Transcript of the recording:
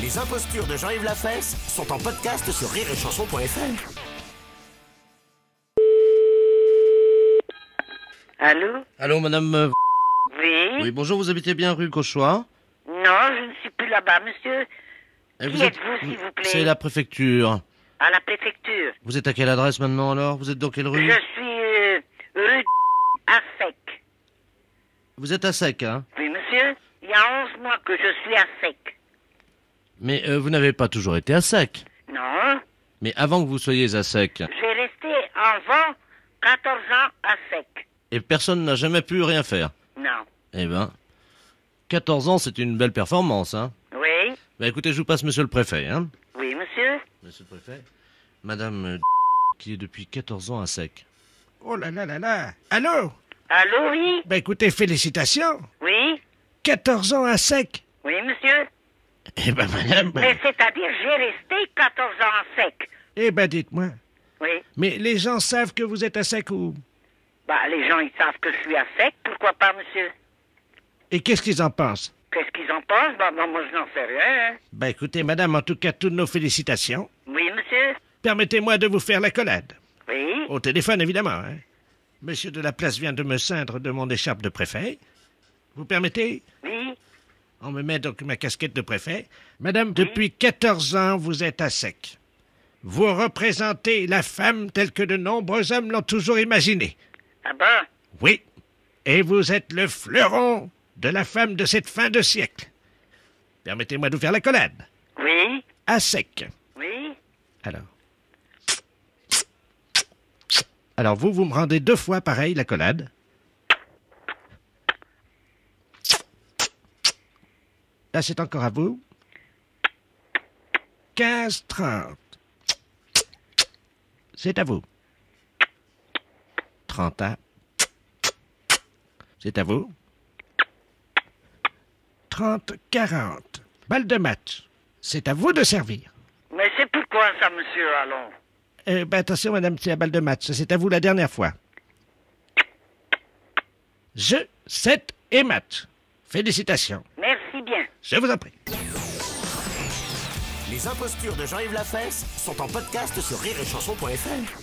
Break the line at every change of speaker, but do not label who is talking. Les impostures de Jean-Yves Lafesse sont en podcast sur rireetchanson.fr.
Allô
Allô, madame. euh,
Oui
Oui, bonjour, vous habitez bien rue Cauchois
Non, je ne suis plus là-bas, monsieur.
Et
Qui êtes-vous, s'il vous plaît
C'est la préfecture.
À la préfecture.
Vous êtes à quelle adresse maintenant alors Vous êtes dans quelle rue
Je suis euh, rue à sec.
Vous êtes à sec, hein
Oui, monsieur Il y a 11 mois que je suis à sec.
Mais euh, vous n'avez pas toujours été à sec.
Non,
Mais avant que vous soyez à sec,
j'ai resté enfant 14 ans à sec.
et personne n'a jamais pu rien faire.
Non.
Eh ben, 14 ans, c'est une belle performance, hein
Oui
Bah écoutez, je vous passe monsieur le préfet, hein
Oui, monsieur
Monsieur le préfet Madame euh, qui est depuis 14 ans à sec.
Oh là là là là Allô
Allô, oui
Ben écoutez, félicitations
Oui
14 ans à sec
Oui, monsieur
Eh ben, madame...
Mais c'est-à-dire, j'ai resté 14 ans à sec.
Eh ben dites-moi,
Oui.
mais les gens savent que vous êtes à sec ou...
Bah, les gens, ils savent que je suis à sec. Pourquoi pas, monsieur
Et qu'est-ce qu'ils en pensent
Qu'est-ce qu'ils en pensent Bah, bah, moi, je n'en sais rien. hein.
Ben écoutez, madame, en tout cas, toutes nos félicitations.
Oui, monsieur
Permettez-moi de vous faire la collade.
Oui
Au téléphone, évidemment, hein. Monsieur de la Place vient de me ceindre de mon écharpe de préfet. Vous permettez
Oui
On me met donc ma casquette de préfet. Madame, depuis 14 ans, vous êtes à sec. Vous représentez la femme telle que de nombreux hommes l'ont toujours imaginée.
Ah bon
Oui, et vous êtes le fleuron de la femme de cette fin de siècle. Permettez-moi de vous faire la collade.
Oui
À sec.
Oui
Alors. Alors vous, vous me rendez deux fois pareil la collade. Là, c'est encore à vous. 15-30. C'est à vous. 30 à. C'est à vous. 30-40. Balle de match. C'est à vous de servir.
Mais c'est pourquoi ça, monsieur, allons
Euh, ben, attention, madame, c'est la balle de match. Ça, C'est à vous la dernière fois. Je, 7 et match. Félicitations.
Merci bien.
Je vous en prie.
Les impostures de Jean-Yves Lafesse sont en podcast sur rireetchanson.fr.